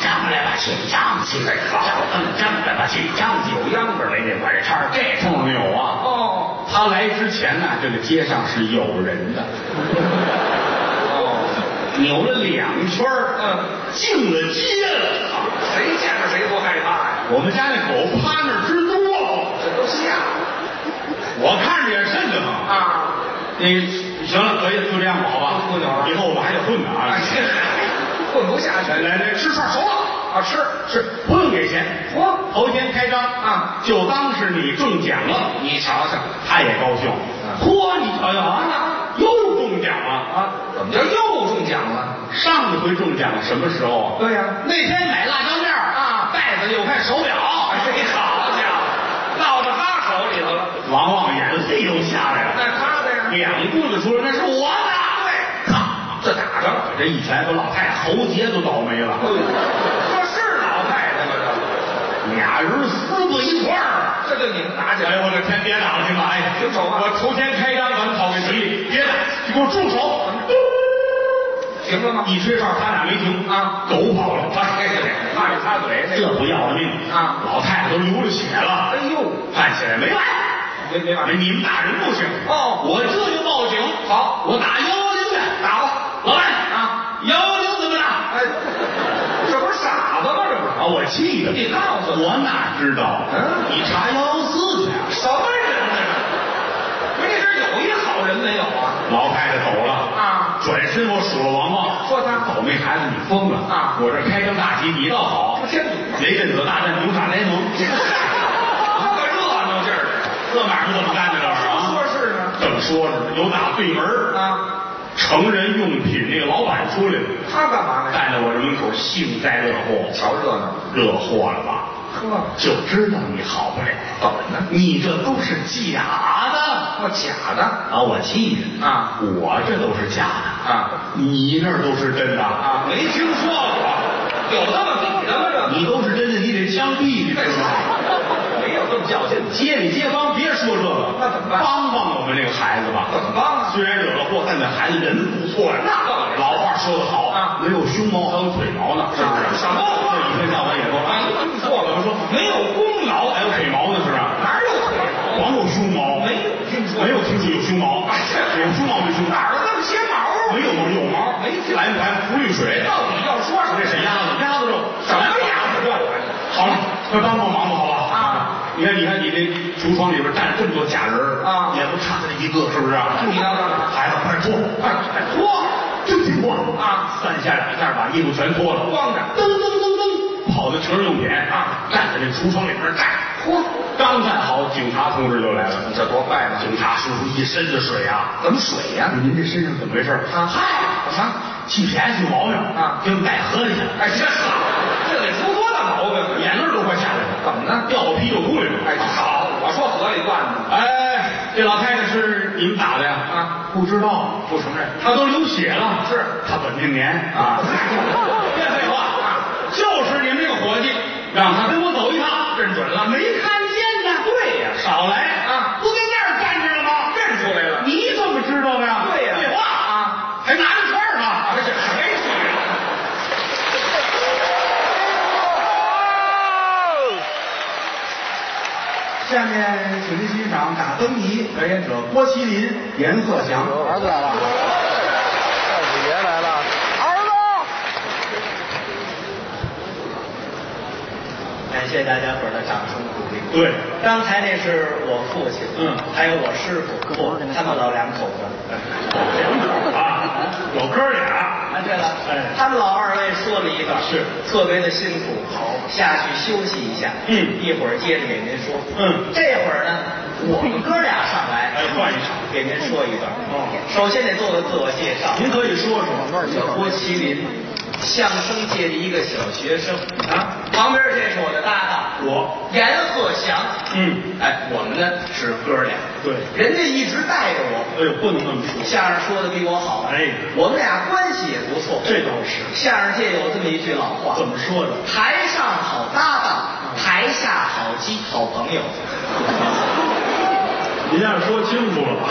Speaker 1: 唱来吧，请唱起，
Speaker 2: 哎好
Speaker 1: 嗯，唱来吧，请唱起，
Speaker 2: 有样子
Speaker 1: 没这块儿唱，这通有啊。
Speaker 2: 哦。
Speaker 1: 他来之前呢，这个街上是有人的，
Speaker 2: 哦，
Speaker 1: 扭了两圈儿
Speaker 2: 嗯
Speaker 1: 进了街了。
Speaker 2: 谁见着谁都害怕呀，
Speaker 1: 我们家那狗趴那儿吃多了，
Speaker 2: 这都吓得
Speaker 1: 我看着也瘆得慌。
Speaker 2: 啊！
Speaker 1: 那行了，可以就这样吧，好吧？
Speaker 2: 不扭了
Speaker 1: 以后我们还得混呢啊
Speaker 2: 哎！这 混不下
Speaker 1: 来
Speaker 2: 去
Speaker 1: 来来，吃串熟了，
Speaker 2: 啊！吃
Speaker 1: 是不用给钱。
Speaker 2: 嚯，
Speaker 1: 头天开张
Speaker 2: 啊，
Speaker 1: 就当是你中奖了，
Speaker 2: 你瞧嗯瞧
Speaker 1: 他也高兴。嚯，你瞧瞧啊，又中奖了！
Speaker 2: 啊，怎么叫又中奖了？
Speaker 1: 上一回中奖什么时候啊？
Speaker 2: 对呀、
Speaker 1: 那天买辣椒面儿
Speaker 2: 啊
Speaker 1: 袋子又看手表，
Speaker 2: 哎，好家伙， 闹到他手里头了，
Speaker 1: 王旺眼泪都下来了，
Speaker 2: 那他的呀，
Speaker 1: 两棍子出来，那是我的。啊
Speaker 2: 对，这打着了，
Speaker 1: 这一拳把老太太喉结都倒霉了，
Speaker 2: 这是老太太吗？
Speaker 1: 俩人撕不一块儿。
Speaker 2: 这这就你们打起
Speaker 1: 哎
Speaker 2: 来
Speaker 1: 呦我的天，别打了，行吧？哎，
Speaker 2: 停手啊
Speaker 1: 我头天开张，咱们讨个吉利，别打，你给我住手！
Speaker 2: 行了吗？
Speaker 1: 一吹哨，他俩没停
Speaker 2: 啊，
Speaker 1: 狗跑了，
Speaker 2: 哎，怕你插嘴那
Speaker 1: 这
Speaker 2: 个，
Speaker 1: 不要了命
Speaker 2: 啊
Speaker 1: 老太太都流着血了，
Speaker 2: 哎呦，
Speaker 1: 站起来没完，
Speaker 2: 没没法，
Speaker 1: 你们打人不行
Speaker 2: 哦
Speaker 1: 我这就报警，
Speaker 2: 好
Speaker 1: 我打幺幺零去，
Speaker 2: 打吧，
Speaker 1: 老板
Speaker 2: 啊，
Speaker 1: 幺幺零怎么打？
Speaker 2: 哎，这不是傻子吗？这不是。
Speaker 1: 把我气的，
Speaker 2: 你告诉我
Speaker 1: 我哪知道？
Speaker 2: 嗯
Speaker 1: 你查幺幺四去啊。
Speaker 2: 什么人呢？不是你这有一好人没有啊？
Speaker 1: 老太太走了
Speaker 2: 啊
Speaker 1: 转身我数落王旺，
Speaker 2: 说他
Speaker 1: 倒霉孩子你疯了
Speaker 2: 啊
Speaker 1: 我这开张大吉，你倒好
Speaker 2: 这，天主，
Speaker 1: 雷震子大战牛叉 联盟，
Speaker 2: 这个热闹劲儿，
Speaker 1: 这买卖怎么干的这玩意儿啊？
Speaker 2: 说是呢
Speaker 1: 正说着呢，有打对门儿
Speaker 2: 啊，
Speaker 1: 成人用品那个老板出来了，
Speaker 2: 他干嘛来？
Speaker 1: 站在我这门口幸灾乐祸，
Speaker 2: 瞧热闹，
Speaker 1: 乐祸了吧？
Speaker 2: 呵，
Speaker 1: 就知道你好不了，
Speaker 2: 怎么呢？
Speaker 1: 你这都是假的。
Speaker 3: 做假的
Speaker 1: 把我气的
Speaker 3: 啊
Speaker 1: 我这都是假的
Speaker 3: 啊
Speaker 1: 你那儿都是真的
Speaker 3: 啊！
Speaker 1: 啊，
Speaker 3: 没听说过，有那么比的吗？这
Speaker 1: 你都是真的，你得枪毙，你知道吗？
Speaker 3: 没有这么较劲的，
Speaker 1: 街里街坊别说这个，
Speaker 3: 那怎么办
Speaker 1: 帮帮我们这个孩子吧，
Speaker 3: 怎么帮啊
Speaker 1: 虽然惹了祸，但这孩子人不错呀。
Speaker 3: 那当然
Speaker 1: 老话说得好
Speaker 3: 啊
Speaker 1: 没有胸毛还有腿毛呢，是不是？
Speaker 3: 什么话
Speaker 1: 这一天到晚也都
Speaker 3: 啊
Speaker 1: 啊，
Speaker 3: 你听错了
Speaker 1: 怎么说？
Speaker 3: 没有哎
Speaker 1: 功劳还有腿毛呢，是不是？
Speaker 3: 哪儿有腿毛？
Speaker 1: 光有胸毛，
Speaker 3: 没有听说哎
Speaker 1: 没有听说有胸毛，有胸毛没胸毛
Speaker 3: 哪，儿有那么些毛啊？
Speaker 1: 没有毛有毛，
Speaker 3: 没听
Speaker 1: 来不来不绿水，
Speaker 3: 到底要说什
Speaker 1: 这
Speaker 3: 么？
Speaker 1: 是鸭子，鸭子肉，
Speaker 3: 什么鸭子肉啊？
Speaker 1: 好了，快帮帮忙吧，好吧？
Speaker 3: 啊，
Speaker 1: 你看，你看，你这橱窗里边站这么多假人儿
Speaker 3: 啊
Speaker 1: 也不差这一个，是不是？
Speaker 3: 你要干嘛
Speaker 1: 孩子，快脱，快快脱，真得脱
Speaker 3: 啊！
Speaker 1: 三下两下把衣服全脱了，
Speaker 3: 光着
Speaker 1: 噔噔噔噔，跑到情人用品
Speaker 3: 啊，
Speaker 1: 站在这橱窗里边站，
Speaker 3: 嚯，
Speaker 1: 刚站好，警察同志就来了。
Speaker 3: 这多坏
Speaker 1: 警察叔叔一身的水啊！
Speaker 3: 怎么水呀？
Speaker 1: 您这身上怎么回事？
Speaker 3: 啊
Speaker 1: 嗨，
Speaker 3: 怎么？
Speaker 1: 去田有毛病
Speaker 3: 啊
Speaker 1: 给我们带河里去。
Speaker 3: 哎，这这得出多大毛病啊？
Speaker 1: 眼泪都快下来了，
Speaker 3: 怎么呢？
Speaker 1: 掉我啤酒肚里了。
Speaker 3: 哎，好，我说河里灌的，
Speaker 1: 哎，这老太太是你们打的呀？
Speaker 3: 啊，
Speaker 1: 不知道，
Speaker 3: 不承认。
Speaker 1: 她都流血了。
Speaker 3: 是
Speaker 1: 她本命年啊。别废话，就是你们这个伙计，让他跟我走一趟，认准了。没看见呢？
Speaker 3: 对呀
Speaker 1: 少来
Speaker 3: 啊
Speaker 1: 不跟那儿站着了吗？
Speaker 3: 认出来了
Speaker 1: 你怎么知道的呀？
Speaker 3: 对呀
Speaker 1: 废话
Speaker 3: 啊，
Speaker 1: 还拿着串儿呢。
Speaker 3: 啊，这还是人
Speaker 4: 下面请您欣赏打灯谜，表演者郭麒麟、严鹤祥。
Speaker 5: 儿子来了，二虎爷来了，儿子，
Speaker 2: 感谢大家伙儿的掌声鼓励。
Speaker 1: 对，
Speaker 2: 刚才那是我父亲，
Speaker 1: 嗯
Speaker 2: 还有我师傅，他们老两口子。
Speaker 1: 啊，我哥俩。
Speaker 2: 啊，对了，
Speaker 1: 哎
Speaker 2: 他们老二位说了一个，
Speaker 1: 是
Speaker 2: 特别的辛苦，好下去休息一下，
Speaker 1: 嗯
Speaker 2: 一会儿接着给您说，
Speaker 1: 嗯
Speaker 2: 这会儿呢，我们哥俩上来，
Speaker 1: 哎换一场
Speaker 2: 给您说一段，
Speaker 1: 哦
Speaker 2: 首先得做个自我介绍，
Speaker 1: 您可以说说，
Speaker 2: 我郭麒麟，相声界的一个小学生啊，旁边这是我的搭档，
Speaker 1: 我
Speaker 2: 严鹤祥，
Speaker 1: 嗯，
Speaker 2: 哎，我们呢是哥俩，
Speaker 1: 对
Speaker 2: 人家一直带着我，
Speaker 1: 哎呦，不能那么说，
Speaker 2: 相声说的比我好，啊
Speaker 1: 哎
Speaker 2: 我们俩关系也不错，
Speaker 1: 这倒是
Speaker 2: 相声界有这么一句老话，
Speaker 1: 怎么说的？嗯
Speaker 2: 台上好搭档，台下好基好朋友，
Speaker 1: 您要是说清楚了吧，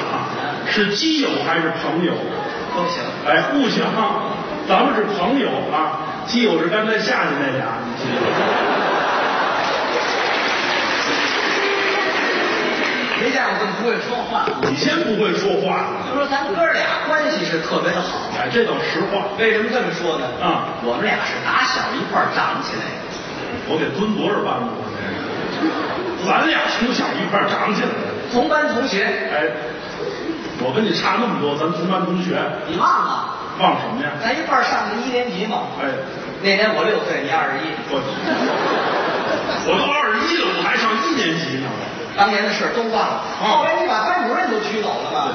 Speaker 1: 是基友还是朋友？
Speaker 2: 都行。
Speaker 1: 哎，不行，咱们是朋友啊，基友是刚才下去那俩。
Speaker 2: 没见过这么不会说话，
Speaker 1: 你先不会说话，
Speaker 2: 就说咱哥俩关系是特别的好。
Speaker 1: 哎，这倒实话，
Speaker 2: 为什么这么说呢？
Speaker 1: 啊
Speaker 2: 我们俩是打小一块儿长起来的。
Speaker 1: 我得蹲多少班子？咱俩从小一块儿长起来的，
Speaker 2: 同班同学，
Speaker 1: 哎，我跟你差那么多，咱同班同学，
Speaker 2: 你忘了？
Speaker 1: 忘什么呀？
Speaker 2: 咱一块儿上的一年级嘛。
Speaker 1: 哎，
Speaker 2: 那年我六岁，你二十一，
Speaker 1: 我我都二十一了，我还上一年级呢。
Speaker 2: 当年的事儿都忘了。后
Speaker 1: 哦
Speaker 2: 来你把班主任都娶走了吧？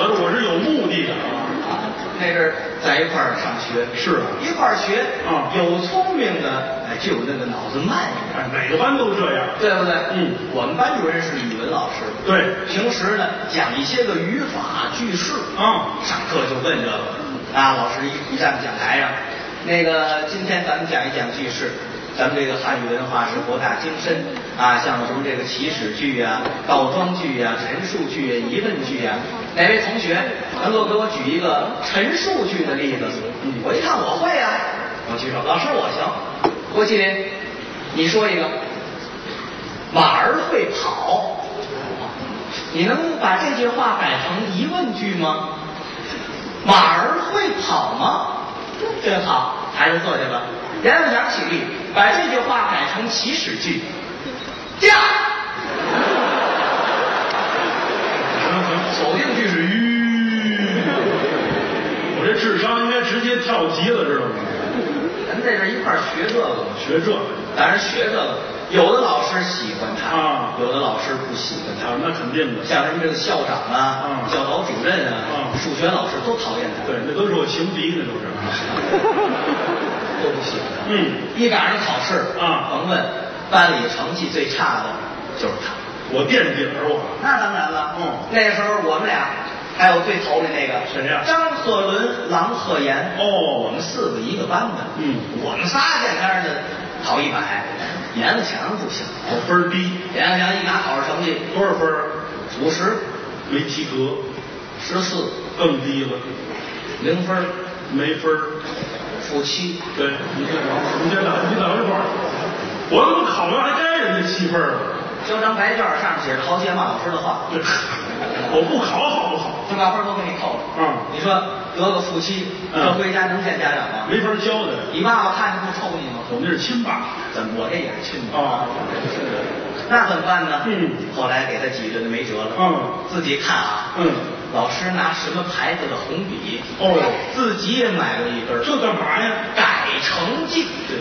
Speaker 1: 呃，我是有目的的啊。
Speaker 2: 啊，那是在一块儿上学，
Speaker 1: 是啊
Speaker 2: 一块儿学。
Speaker 1: 啊
Speaker 2: 有聪明的，哎，就有那个脑子慢一点，
Speaker 1: 哎，每个班都这样。
Speaker 2: 对不对？
Speaker 1: 嗯，
Speaker 2: 我们班主任是语文老师，
Speaker 1: 对，
Speaker 2: 平时呢讲一些个语法句式。
Speaker 1: 啊，
Speaker 2: 上课就问这个啊，老师一一站讲台上，那个今天咱们讲一讲句式，咱们这个汉语文化是博大精深啊，像什么这个起始句啊、倒装句啊、陈述句啊、疑问句啊，哪位同学能够给我举一个陈述句的例子？嗯我一看我会啊，我举手，老师我行，郭麒麟，你说一个，马儿会跑。你能把这句话改成疑问句吗？马儿会跑吗？真好，孩子坐下吧。严鹤祥起立，把这句话改成祈使句。驾。否定句是吁。
Speaker 1: 我这智商应该直接跳级了，知道吗？
Speaker 2: 咱们在这一块儿学这个嘛，
Speaker 1: 学这个
Speaker 2: 当然学这个，有的老师喜欢他，
Speaker 1: 啊
Speaker 2: 有的老师不喜欢他。
Speaker 1: 啊，那肯定的。
Speaker 2: 像咱们这个校长啊、
Speaker 1: 嗯
Speaker 2: 教导主任啊、
Speaker 1: 嗯
Speaker 2: 数学老师都讨厌他，
Speaker 1: 对，那都是我情敌，那都是。
Speaker 2: 都不喜欢他。
Speaker 1: 嗯，
Speaker 2: 一赶上考试
Speaker 1: 啊
Speaker 2: 甭问，班里成绩最差的就是他。
Speaker 1: 我垫底儿我。
Speaker 2: 那当然了，
Speaker 1: 嗯
Speaker 2: 那时候我们俩还有最头里那个
Speaker 1: 谁呀
Speaker 2: 张鹤伦、郎鹤炎。
Speaker 1: 哦
Speaker 2: 我们四个一个班的。
Speaker 1: 嗯
Speaker 2: 我们仨见面就考一百，阎鹤强不行。
Speaker 1: 我分儿低，
Speaker 2: 阎鹤强一拿考试成绩
Speaker 1: 多少分儿？
Speaker 2: 五十、
Speaker 1: 没及格，
Speaker 2: 十四、
Speaker 1: 更低了，
Speaker 2: 零分儿、
Speaker 1: 没分儿。
Speaker 2: 负七。
Speaker 1: 对，你这你这等你等一会儿，我怎么考完还该人家七分儿啊？
Speaker 2: 交张白卷儿上面写着豪杰骂老师的话，
Speaker 1: 对，我不考好不好？
Speaker 2: 就把分儿都给你扣了。
Speaker 1: 嗯
Speaker 2: 你说得个负七，
Speaker 1: 嗯
Speaker 2: 这回家能见家长吗？
Speaker 1: 没法教的，
Speaker 2: 你爸爸看见不抽你吗？
Speaker 1: 我们这是亲爸。
Speaker 2: 怎么我这也是亲的？
Speaker 1: 啊，
Speaker 2: 那怎么办呢？
Speaker 1: 嗯，
Speaker 2: 后来给他几顿没辙了。
Speaker 1: 嗯，
Speaker 2: 自己看啊。
Speaker 1: 嗯，
Speaker 2: 老师拿什么牌子的红笔？
Speaker 1: 哦，
Speaker 2: 自己也买了一根儿，
Speaker 1: 这干嘛呀？
Speaker 2: 改成绩，
Speaker 1: 对，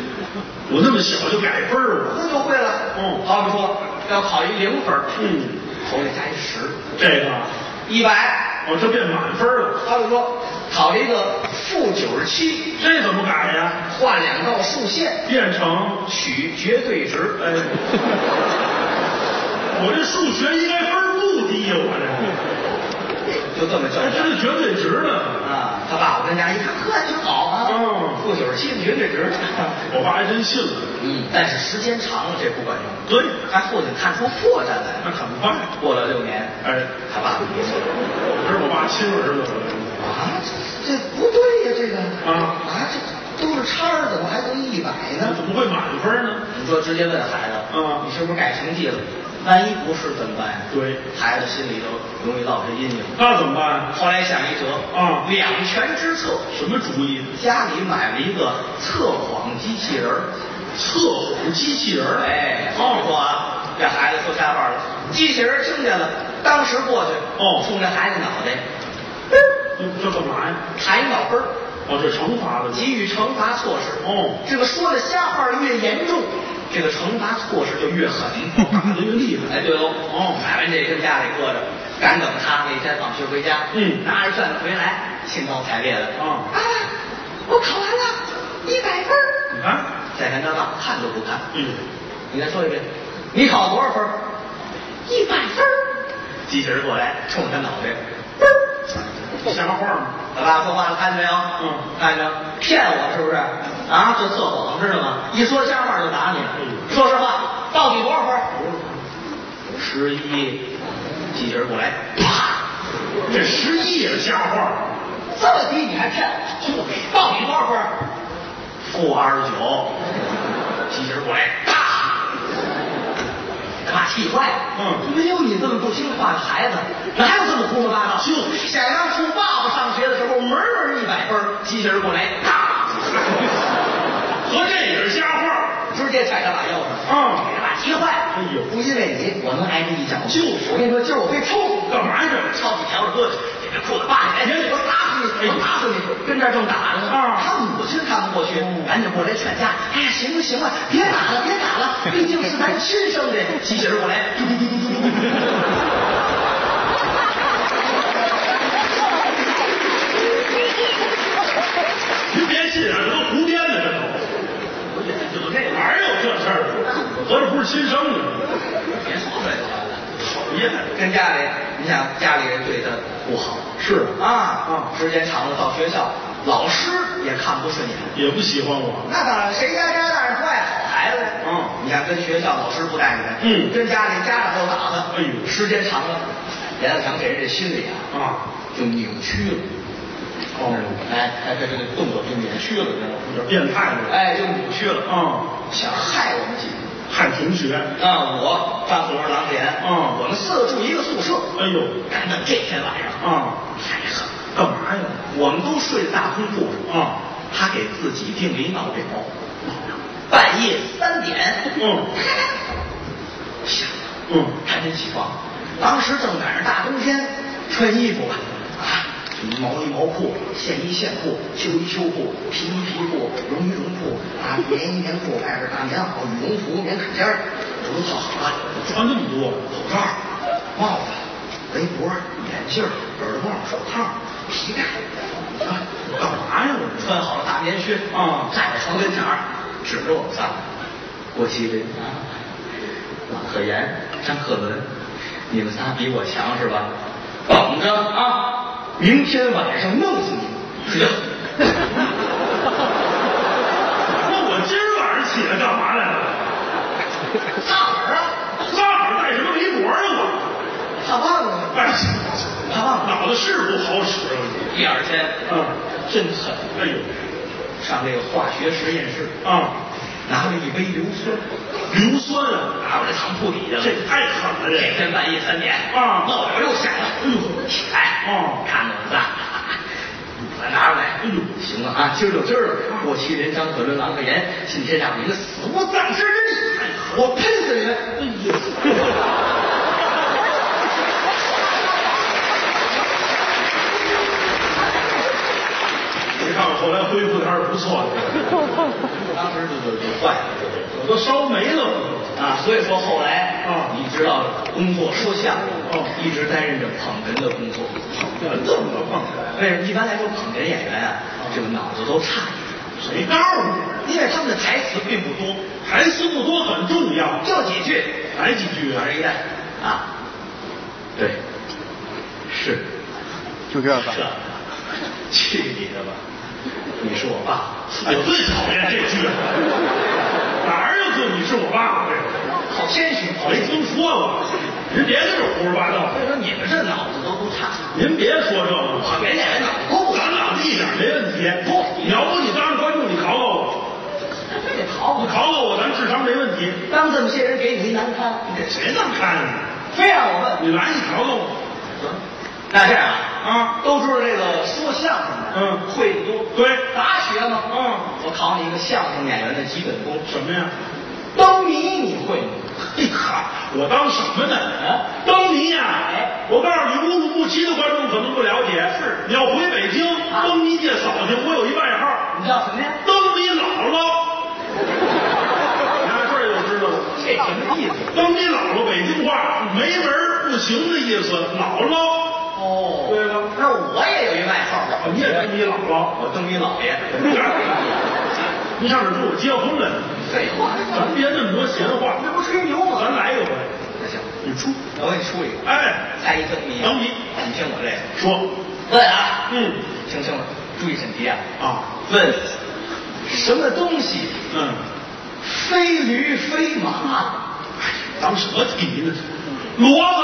Speaker 1: 我那么小就改分儿了。
Speaker 2: 那就会了。
Speaker 1: 嗯
Speaker 2: 好比说要考一零分儿，
Speaker 1: 嗯，
Speaker 2: 头里加一十，
Speaker 1: 这个啊
Speaker 2: 一百。
Speaker 1: 哦，这变满分了，
Speaker 2: 好比说考一个负九十七，
Speaker 1: 这怎么改呀？
Speaker 2: 画两道竖线，
Speaker 1: 变成
Speaker 2: 取绝对值。
Speaker 1: 哎，我这数学应该分儿不低呀，我
Speaker 2: 就这么
Speaker 1: 这
Speaker 2: 教
Speaker 1: 还
Speaker 2: 学
Speaker 1: 真是绝对值呢。
Speaker 2: 啊。他爸爸跟家一看，呵，挺好啊，
Speaker 1: 嗯
Speaker 2: 负九十七的 绝对值。
Speaker 1: 我爸还真信了，
Speaker 2: 嗯，但是时间长了这不管用，
Speaker 1: 对，
Speaker 2: 他父亲看出破绽来
Speaker 1: 那
Speaker 2: 了。
Speaker 1: 很快。
Speaker 2: 过了六年，
Speaker 1: 哎，
Speaker 2: 他爸爸没说
Speaker 1: 这是我爸亲儿子，
Speaker 5: 啊，这不对呀，这个
Speaker 1: 啊
Speaker 5: 啊，这都是叉儿，怎么还得一百
Speaker 1: 那
Speaker 5: 呢？
Speaker 1: 怎么会满分呢？
Speaker 2: 你说直接问孩子，
Speaker 1: 嗯
Speaker 2: 你是不是改成绩了？万一不是怎么办呀？
Speaker 1: 对，
Speaker 2: 孩子心里头容易落下阴影。
Speaker 1: 那怎么办？
Speaker 2: 后来想一辙，哦
Speaker 1: 啊
Speaker 2: 两全之策，
Speaker 1: 什么主意？
Speaker 2: 家里买了一个测谎机器人儿。
Speaker 1: 测谎机器人儿？
Speaker 2: 哎，好说
Speaker 1: 哦，
Speaker 2: 啊，这孩子说瞎话了。机器人听见了，当时过去，
Speaker 1: 哦
Speaker 2: 冲这孩子脑袋
Speaker 1: 这这干嘛呀？
Speaker 2: 弹一脑崩，
Speaker 1: 哦，这惩罚的。
Speaker 2: 给予惩罚措施。
Speaker 1: 哦，
Speaker 2: 这个说的瞎话越严重，这个惩罚措施就 越狠。
Speaker 1: 打的越厉
Speaker 2: 哎，
Speaker 1: 害。
Speaker 2: 对喽，哦，买完这跟家里搁着，赶等他那天放学回家，
Speaker 1: 嗯
Speaker 2: 拿着卷子回来，兴高采烈的，
Speaker 1: 哦
Speaker 2: 爸爸，我考完了，一百分儿。
Speaker 1: 你看，
Speaker 2: 再看他爸看都不看，
Speaker 1: 啊嗯，
Speaker 2: 你再说一遍，你考多少分？一百分儿。机器人过来，冲他脑袋，嘣儿
Speaker 1: 瞎话吗？
Speaker 2: 他爸说话了，看见没有？
Speaker 1: 嗯
Speaker 2: 看见没有？骗我是不是？啊，就测谎知道吗？一说瞎话就打你。
Speaker 1: 嗯
Speaker 2: 说实话，到底多少分？十一。机器人过来，啪！
Speaker 1: 这十一也是瞎话。
Speaker 2: 这么低你还骗我？到底多少分？负二十九。机器人过来，啪！他爸气坏了，
Speaker 1: 嗯，
Speaker 2: 没有你这么不听话的孩子，哪有这么胡说八道？
Speaker 1: 就
Speaker 2: 想当初爸爸上学的时候，门门一百分儿，机器人过来，啪，
Speaker 1: 合这也是瞎话。
Speaker 2: 直接踹他把腰上，
Speaker 1: 嗯
Speaker 2: 给他爸急坏了。
Speaker 1: 哎呦
Speaker 2: 不因为你，我能挨这一脚。
Speaker 1: 就是
Speaker 2: 我跟你说，今儿我被抽死，
Speaker 1: 干嘛呀？
Speaker 2: 抄起条子胳膊，给这裤子扒起来，
Speaker 1: 别
Speaker 2: 我打死你，我打死你，跟这儿正打着呢。
Speaker 1: 啊
Speaker 2: 他母亲看不过去，赶紧过来劝架。哎呀，行了行了，别打了别打了， 毕竟是咱亲生的。机器人过 来，嘟嘟嘟嘟嘟嘟。
Speaker 1: 您别信啊，这都胡编的，这都哪有这事儿？啊合着不是亲生的，
Speaker 2: 别说这个。
Speaker 1: 讨厌。
Speaker 2: 跟家里，你想家里人对他不好
Speaker 1: 是
Speaker 2: 啊，时间长了到学校，老师也看不顺眼。
Speaker 1: 也不喜欢我。
Speaker 2: 那当然，谁家家长坏好孩子呀？
Speaker 1: 嗯
Speaker 2: 你看跟学校老师不待见，
Speaker 1: 嗯
Speaker 2: 跟家里家长都打他，
Speaker 1: 哎呦
Speaker 2: 时间长了，阎鹤强给人这心里啊
Speaker 1: 啊，
Speaker 2: 就扭曲了。
Speaker 1: 哦，
Speaker 2: 哎哎，这这这动作就扭曲了，知道
Speaker 1: 有点
Speaker 2: 吗？
Speaker 1: 变态了。
Speaker 2: 哎，就扭曲了，
Speaker 1: 啊，
Speaker 2: 想害我们几个。
Speaker 1: 害同学。
Speaker 2: 啊，我张红、郎田，
Speaker 1: 嗯
Speaker 2: 我们四个住一个宿舍。
Speaker 1: 哎呦，
Speaker 2: 赶等这天晚上，
Speaker 1: 啊，
Speaker 2: 太狠了。
Speaker 1: 干嘛呀？
Speaker 2: 我们都睡在大通铺上，
Speaker 1: 啊，
Speaker 2: 他给自己定了一闹表，半夜三点，
Speaker 1: 嗯
Speaker 2: 吓
Speaker 1: 嗯，
Speaker 2: 还真起床。当时正赶上大冬天，穿衣服吧，啊，什么毛衣毛裤、线衣线裤、秋衣秋裤、皮衣皮裤、绒衣绒裤啊，棉衣棉裤，外边大棉袄、羽绒服、棉坎肩儿，我都套好了。
Speaker 1: 穿这么多，
Speaker 2: 口罩、帽子、围脖、眼镜、耳朵帽、手套、皮带，啊，
Speaker 1: 干嘛呀？我
Speaker 2: 穿好了大棉靴
Speaker 1: 啊
Speaker 2: 站在床跟前儿，啊指着我们仨，郭麒麟、郎鹤炎、张鹤伦、你们仨比我强是吧？等着啊，明天晚上弄死你！
Speaker 1: 那我今儿晚上起来干嘛来了？
Speaker 2: 撒哪儿啊？
Speaker 1: 上哪带什么围脖啊我？
Speaker 2: 怕忘了，
Speaker 1: 哎，
Speaker 2: 怕忘了。
Speaker 1: 脑子是不好使啊你！
Speaker 2: 第二天，
Speaker 1: 嗯，
Speaker 2: 真狠，
Speaker 1: 哎呦，
Speaker 2: 上这个化学实验室，
Speaker 1: 啊，
Speaker 2: 拿了一杯硫酸，
Speaker 1: 硫酸啊，
Speaker 2: 拿我这糖铺底下了。
Speaker 1: 这太狠了
Speaker 2: 这
Speaker 1: 这。
Speaker 2: 天半夜三点，
Speaker 1: 啊
Speaker 2: 闹表又响了，哎呦，起来，
Speaker 1: 哦
Speaker 2: 看看我的， 把它拿出来，
Speaker 1: 哎呦
Speaker 2: 行了啊，今儿就今儿了，过七人张可伦王克言，今天让你们死无葬身之地，我喷死你们！
Speaker 1: 你看我后来恢复的还是不错的，
Speaker 2: 当时就就就坏了。
Speaker 1: 我都烧没了我。
Speaker 2: 啊，所以说后来，
Speaker 1: 啊
Speaker 2: 你知道，工作说相声，
Speaker 1: 哦
Speaker 2: 一直担任着捧哏的工作。
Speaker 1: 这这么棒，
Speaker 2: 为什么一般来说捧哏演员啊，这个脑子都差一
Speaker 1: 谁告诉你？
Speaker 2: 点，因为他们的台词并不多，
Speaker 1: 台词不多很重要，
Speaker 2: 就几句，
Speaker 1: 来几句啊
Speaker 2: 往？这一带啊，对，是
Speaker 6: 就这
Speaker 2: 这
Speaker 6: 个，，
Speaker 2: 去你的吧！你是我爸，
Speaker 1: 哎，我最讨厌这句，哪儿有个你是我爸爸的？
Speaker 2: 好谦虚，好
Speaker 1: 没
Speaker 2: 意思。
Speaker 1: 听说过，您别在这儿胡说八道
Speaker 2: 所，以说你们这脑子都不差，
Speaker 1: 您别说这个
Speaker 2: 捧
Speaker 1: 了，
Speaker 2: 哏演员脑子都不
Speaker 1: 咱
Speaker 2: 差，
Speaker 1: 脑子一点没问题。不，要不你当着观众你考考我，
Speaker 2: 非得讨
Speaker 1: 你
Speaker 2: 好。
Speaker 1: 考考我，咱智商没问题。
Speaker 2: 当这么些人给你一难堪，你得
Speaker 1: 谁能看你？
Speaker 2: 非让我问。
Speaker 1: 你来，你考考我
Speaker 2: 那这样啊，
Speaker 1: 啊！
Speaker 2: 都知道这个说相声的，
Speaker 1: 嗯
Speaker 2: 会的多，
Speaker 1: 对
Speaker 2: 杂学嘛，
Speaker 1: 嗯，
Speaker 2: 我考你一个相声演员的基本功，
Speaker 1: 什么呀？
Speaker 2: 灯谜你会吗？
Speaker 1: 嘿哈，我当什么呢？
Speaker 2: 啊
Speaker 1: 当你呀
Speaker 2: 哎！
Speaker 1: 我告诉你，乌鲁木齐的观众可能不了解，是你要回北京，
Speaker 2: 啊
Speaker 1: 灯谜界扫去，我有一外 号，
Speaker 2: 你叫什么呀？
Speaker 1: 灯谜姥姥。你看这就知道了，
Speaker 2: 这什么意思？
Speaker 1: 灯谜姥姥北京话没门儿不行的意思，姥姥。
Speaker 2: 哦
Speaker 1: 对了，
Speaker 2: 那我也有一外号，
Speaker 1: 啊你也灯谜姥姥？
Speaker 2: 我灯谜老爷。
Speaker 1: 你上哪儿住？我结婚了，
Speaker 2: 废话，
Speaker 1: 咱别那么多闲话，
Speaker 2: 这不吹牛吗？
Speaker 1: 咱来一回。
Speaker 2: 那行，你出，我给你出一个，
Speaker 1: 哎，
Speaker 2: 猜一灯谜。
Speaker 1: 灯谜，
Speaker 2: 你听我这个，
Speaker 1: 说，
Speaker 2: 问啊，
Speaker 1: 嗯
Speaker 2: 听清了，注意审题啊。
Speaker 1: 啊，
Speaker 2: 问什么东西
Speaker 1: 嗯，
Speaker 2: 非驴非马？
Speaker 1: 当什么题呢？骡子，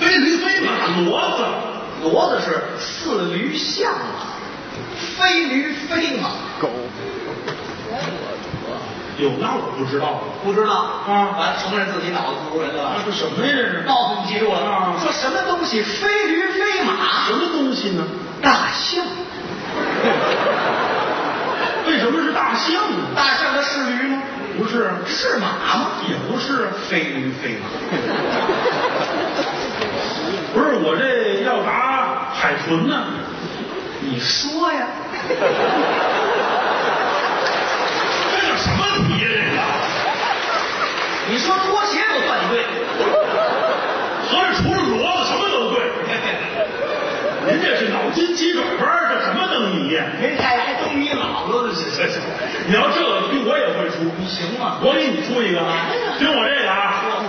Speaker 1: 非驴非马，骡子，
Speaker 2: 骡子是似驴像马，非驴非马。
Speaker 6: 狗，
Speaker 1: 哟，那我不知道了，
Speaker 2: 不知道
Speaker 1: 啊
Speaker 2: 完承认自己脑子不如人了
Speaker 1: 那
Speaker 2: 吧？
Speaker 1: 是什么呀？啊这是
Speaker 2: 告诉你记住了，
Speaker 1: 啊
Speaker 2: 说什么东西非驴非马
Speaker 1: 什？么东西呢？
Speaker 2: 大象，
Speaker 1: 为什么是大象呢？
Speaker 2: 大象它是驴吗？
Speaker 1: 不是，啊
Speaker 2: 是马吗？
Speaker 1: 也不是，
Speaker 2: 非驴非马。
Speaker 1: 不是我这要答海豚呢，
Speaker 2: 你说呀，
Speaker 1: 这叫什么题呀？
Speaker 2: 你说拖鞋都算你对，
Speaker 1: 这个合着除了骡子什么都对，您这是脑筋急转弯儿，这什么灯谜呀？
Speaker 2: 人家还东你老了这是
Speaker 1: 这行，你要这个题我也会出，
Speaker 2: 你行吗？
Speaker 1: 我给你出一个啊，听我这个啊，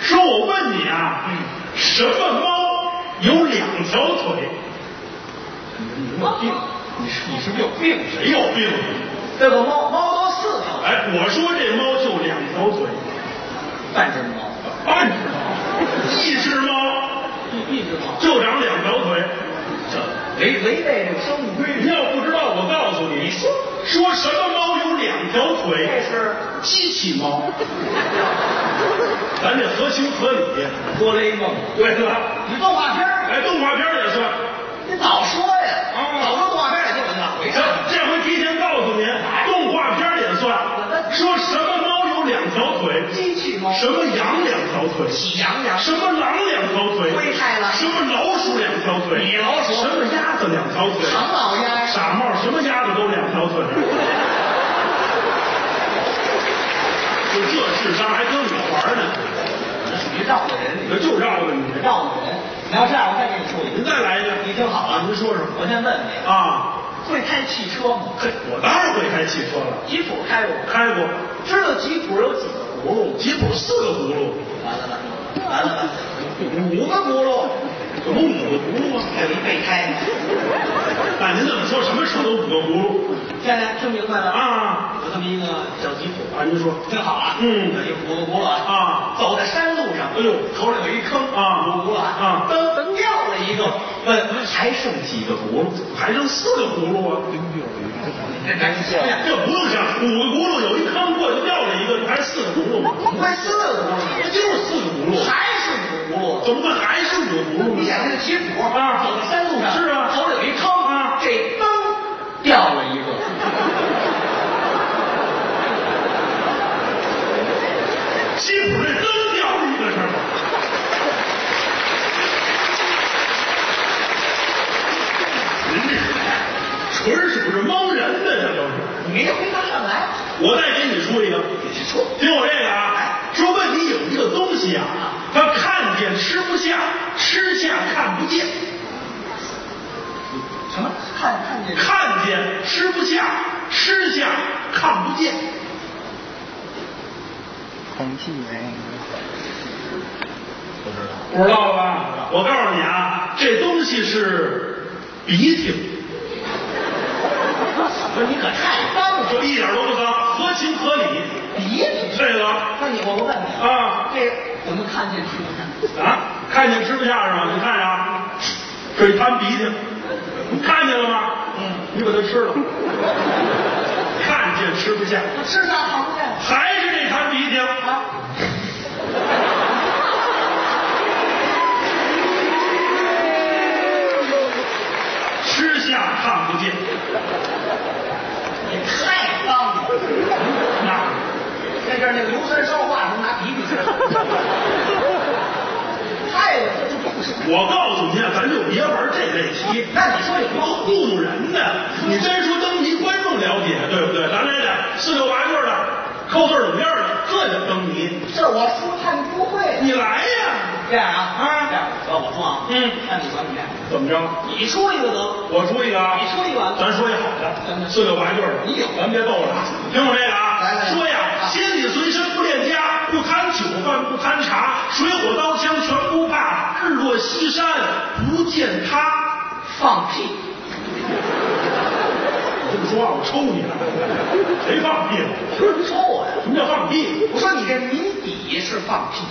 Speaker 1: 说我问你啊，什么猫有两条腿？
Speaker 2: 你有病，你是你是不是有病？
Speaker 1: 谁有病？
Speaker 2: 这个猫猫都四条腿，
Speaker 1: 哎，我说这猫就两条腿，
Speaker 2: 半只猫，
Speaker 1: 半只猫，一只猫
Speaker 2: 一只猫，
Speaker 1: 就长两条腿。
Speaker 2: 这违违背这个生物规
Speaker 1: 你
Speaker 2: 律。
Speaker 1: 要不知道，我告诉你，说说什么猫有两条腿？
Speaker 2: 这是
Speaker 1: 机器猫。咱这合情合理。
Speaker 2: 哆啦 A 梦，
Speaker 1: 对了，
Speaker 2: 你动画片儿
Speaker 1: 哎，动画片儿也算。
Speaker 2: 你早说呀，
Speaker 1: 哦
Speaker 2: 早说动画片儿也就我哪回
Speaker 1: 这
Speaker 2: 事儿。
Speaker 1: 这回提前告诉您，动画片儿也算。说什么猫有两条腿？
Speaker 2: 机器猫，
Speaker 1: 什么羊两条腿？
Speaker 2: 喜羊羊，
Speaker 1: 什么狼两条腿？
Speaker 2: 灰太狼
Speaker 1: 什么老鼠两条腿？
Speaker 2: 米老鼠
Speaker 1: 什么鸭子两条腿？
Speaker 2: 唐老鸭，
Speaker 1: 傻帽，什么鸭子都两条 腿。就这智商还跟我玩呢，
Speaker 2: 这属于绕的人，
Speaker 1: 这就绕着你。
Speaker 2: 绕的人。你要这样，我再给你说一
Speaker 1: 您
Speaker 2: 个。
Speaker 1: 再来一个，
Speaker 2: 你听好了，
Speaker 1: 您说说
Speaker 2: 我先问你，
Speaker 1: 啊？
Speaker 2: 会开汽车吗？
Speaker 1: 嘿，我当然会开汽车了，
Speaker 2: 吉普开过，
Speaker 1: 开过。
Speaker 2: 知道吉普有几个葫芦，
Speaker 1: 吉普哦四个轱辘，
Speaker 2: 完了吧，完了吧，
Speaker 1: 五个轱辘，怎么五个轱辘啊？
Speaker 2: 这没备胎。
Speaker 1: 那您这么说，什么车都五个轱辘
Speaker 2: 现在听明白了？
Speaker 1: 啊？
Speaker 2: 有这么一个小吉普，
Speaker 1: 啊，您说，
Speaker 2: 听好了，
Speaker 1: 嗯
Speaker 2: 有一轱辘轱辘
Speaker 1: 啊
Speaker 2: 走在山路上，
Speaker 1: 哎呦
Speaker 2: 头里有一坑
Speaker 1: 啊
Speaker 2: 轱辘轱辘
Speaker 1: 啊
Speaker 2: 噔噔掉了一个，问还剩几个轱辘？
Speaker 1: 还剩四个轱辘啊？哎
Speaker 2: 这这
Speaker 1: 这不用想，五个轱辘有一坑过去掉了一个，不还是四个轱辘吗？
Speaker 2: 快四个轱辘，
Speaker 1: 就是四个轱辘，
Speaker 2: 还是五个轱辘。
Speaker 1: 怎么办？还剩五个轱辘呢？
Speaker 2: 你想这个吉普
Speaker 1: 啊
Speaker 2: 走在山路上，
Speaker 1: 是啊
Speaker 2: 头里有一坑
Speaker 1: 啊
Speaker 2: 这噔掉了一个，
Speaker 1: 吉普这灯掉了一个是吗？您这纯属是蒙人的，这都是。
Speaker 2: 你没回答上来。
Speaker 1: 我再给你说一个，听我这个啊，说问你有一个东西啊，它看见吃不下，吃下看不见，
Speaker 2: 什么？看看见
Speaker 1: 看见吃不下，吃下看不见。
Speaker 5: 空气哎，
Speaker 1: 不知道了吧？我告诉你啊，这东西是鼻涕。
Speaker 2: 不是你可太脏了，
Speaker 1: 就一点都不脏，合情合理。
Speaker 2: 鼻子。
Speaker 1: 这个啊
Speaker 2: 那你我我问你，
Speaker 1: 啊，
Speaker 2: 这怎么看见吃不下？
Speaker 1: 看见吃不下是吗？你看着啊，这一摊鼻涕，你看见了吗？
Speaker 2: 嗯，
Speaker 1: 你把它吃了。看见吃不下，
Speaker 2: 吃下看不见。
Speaker 1: 还是这摊鼻涕。
Speaker 2: 啊，
Speaker 1: 吃下看不见，
Speaker 2: 你太脏了！
Speaker 1: 那
Speaker 2: 那阵儿那个硫酸烧化什么拿鼻涕吃，太恶心了哎这不
Speaker 1: 我告诉你啊，咱就别玩这类题
Speaker 2: 是。。那你说有
Speaker 1: 多
Speaker 2: 毛病？
Speaker 1: 糊弄人呢！你真说灯谜，观众了解，对不对？咱来点四六八句的，扣字儿怎么样的，这叫灯谜。
Speaker 2: 这我书看不会。
Speaker 1: 你来呀！
Speaker 2: 这样啊，
Speaker 1: 啊
Speaker 2: 这样，要我说啊，
Speaker 1: 嗯
Speaker 2: 那你管你俩，
Speaker 1: 怎么着？
Speaker 2: 你说一个得，
Speaker 1: 我出一个啊！
Speaker 2: 你说一个完了，
Speaker 1: 咱说一好的，四六八句的。
Speaker 2: 你有
Speaker 1: 咱别逗了啊，听我这个啊！
Speaker 2: 来来来
Speaker 1: 说呀，心里随身不恋家，不贪酒饭，不贪茶，水火刀枪全不怕。日落西山不见他。
Speaker 2: 放屁，
Speaker 1: 你这么说话，我抽你了！谁放屁了？
Speaker 2: 说我呀。
Speaker 1: 什么叫放屁？
Speaker 2: 啊我说你这谜底是放屁，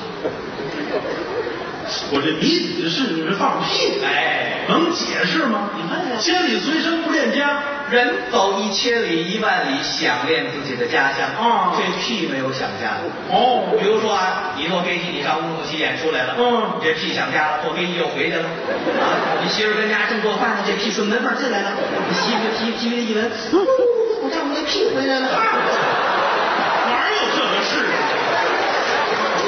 Speaker 1: 我这谜底是你是放屁，
Speaker 2: 哎，
Speaker 1: 能解释吗？
Speaker 2: 你看看
Speaker 1: 千里随身不恋家，
Speaker 2: 人走一千里一万里，想念自己的家乡。
Speaker 1: 啊
Speaker 2: 这屁没有想家的。
Speaker 1: 哦
Speaker 2: 比如说啊，你坐飞机，你上乌鲁木齐演出来了，
Speaker 1: 嗯
Speaker 2: 这屁想家了，坐飞机又回去了。啊，你媳妇儿跟家正做饭呢，这屁顺门缝进来了，你媳妇儿提提了一闻，呜我丈母娘屁回来了。
Speaker 1: 哪有这个事啊？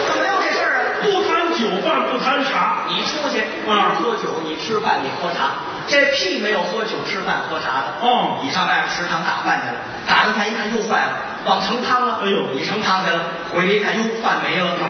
Speaker 2: 怎么有这事儿啊？
Speaker 1: 不贪酒饭，不贪茶，
Speaker 2: 你出去，
Speaker 1: 啊
Speaker 2: 你喝酒，你吃饭，你喝茶，这屁没有喝酒、吃饭、喝茶的。
Speaker 1: 哦
Speaker 2: 你上外面食堂打饭去了，打完饭一看又坏了，往盛汤了。
Speaker 1: 哎呦
Speaker 2: 你盛汤去了，回来一看，哟，饭没了。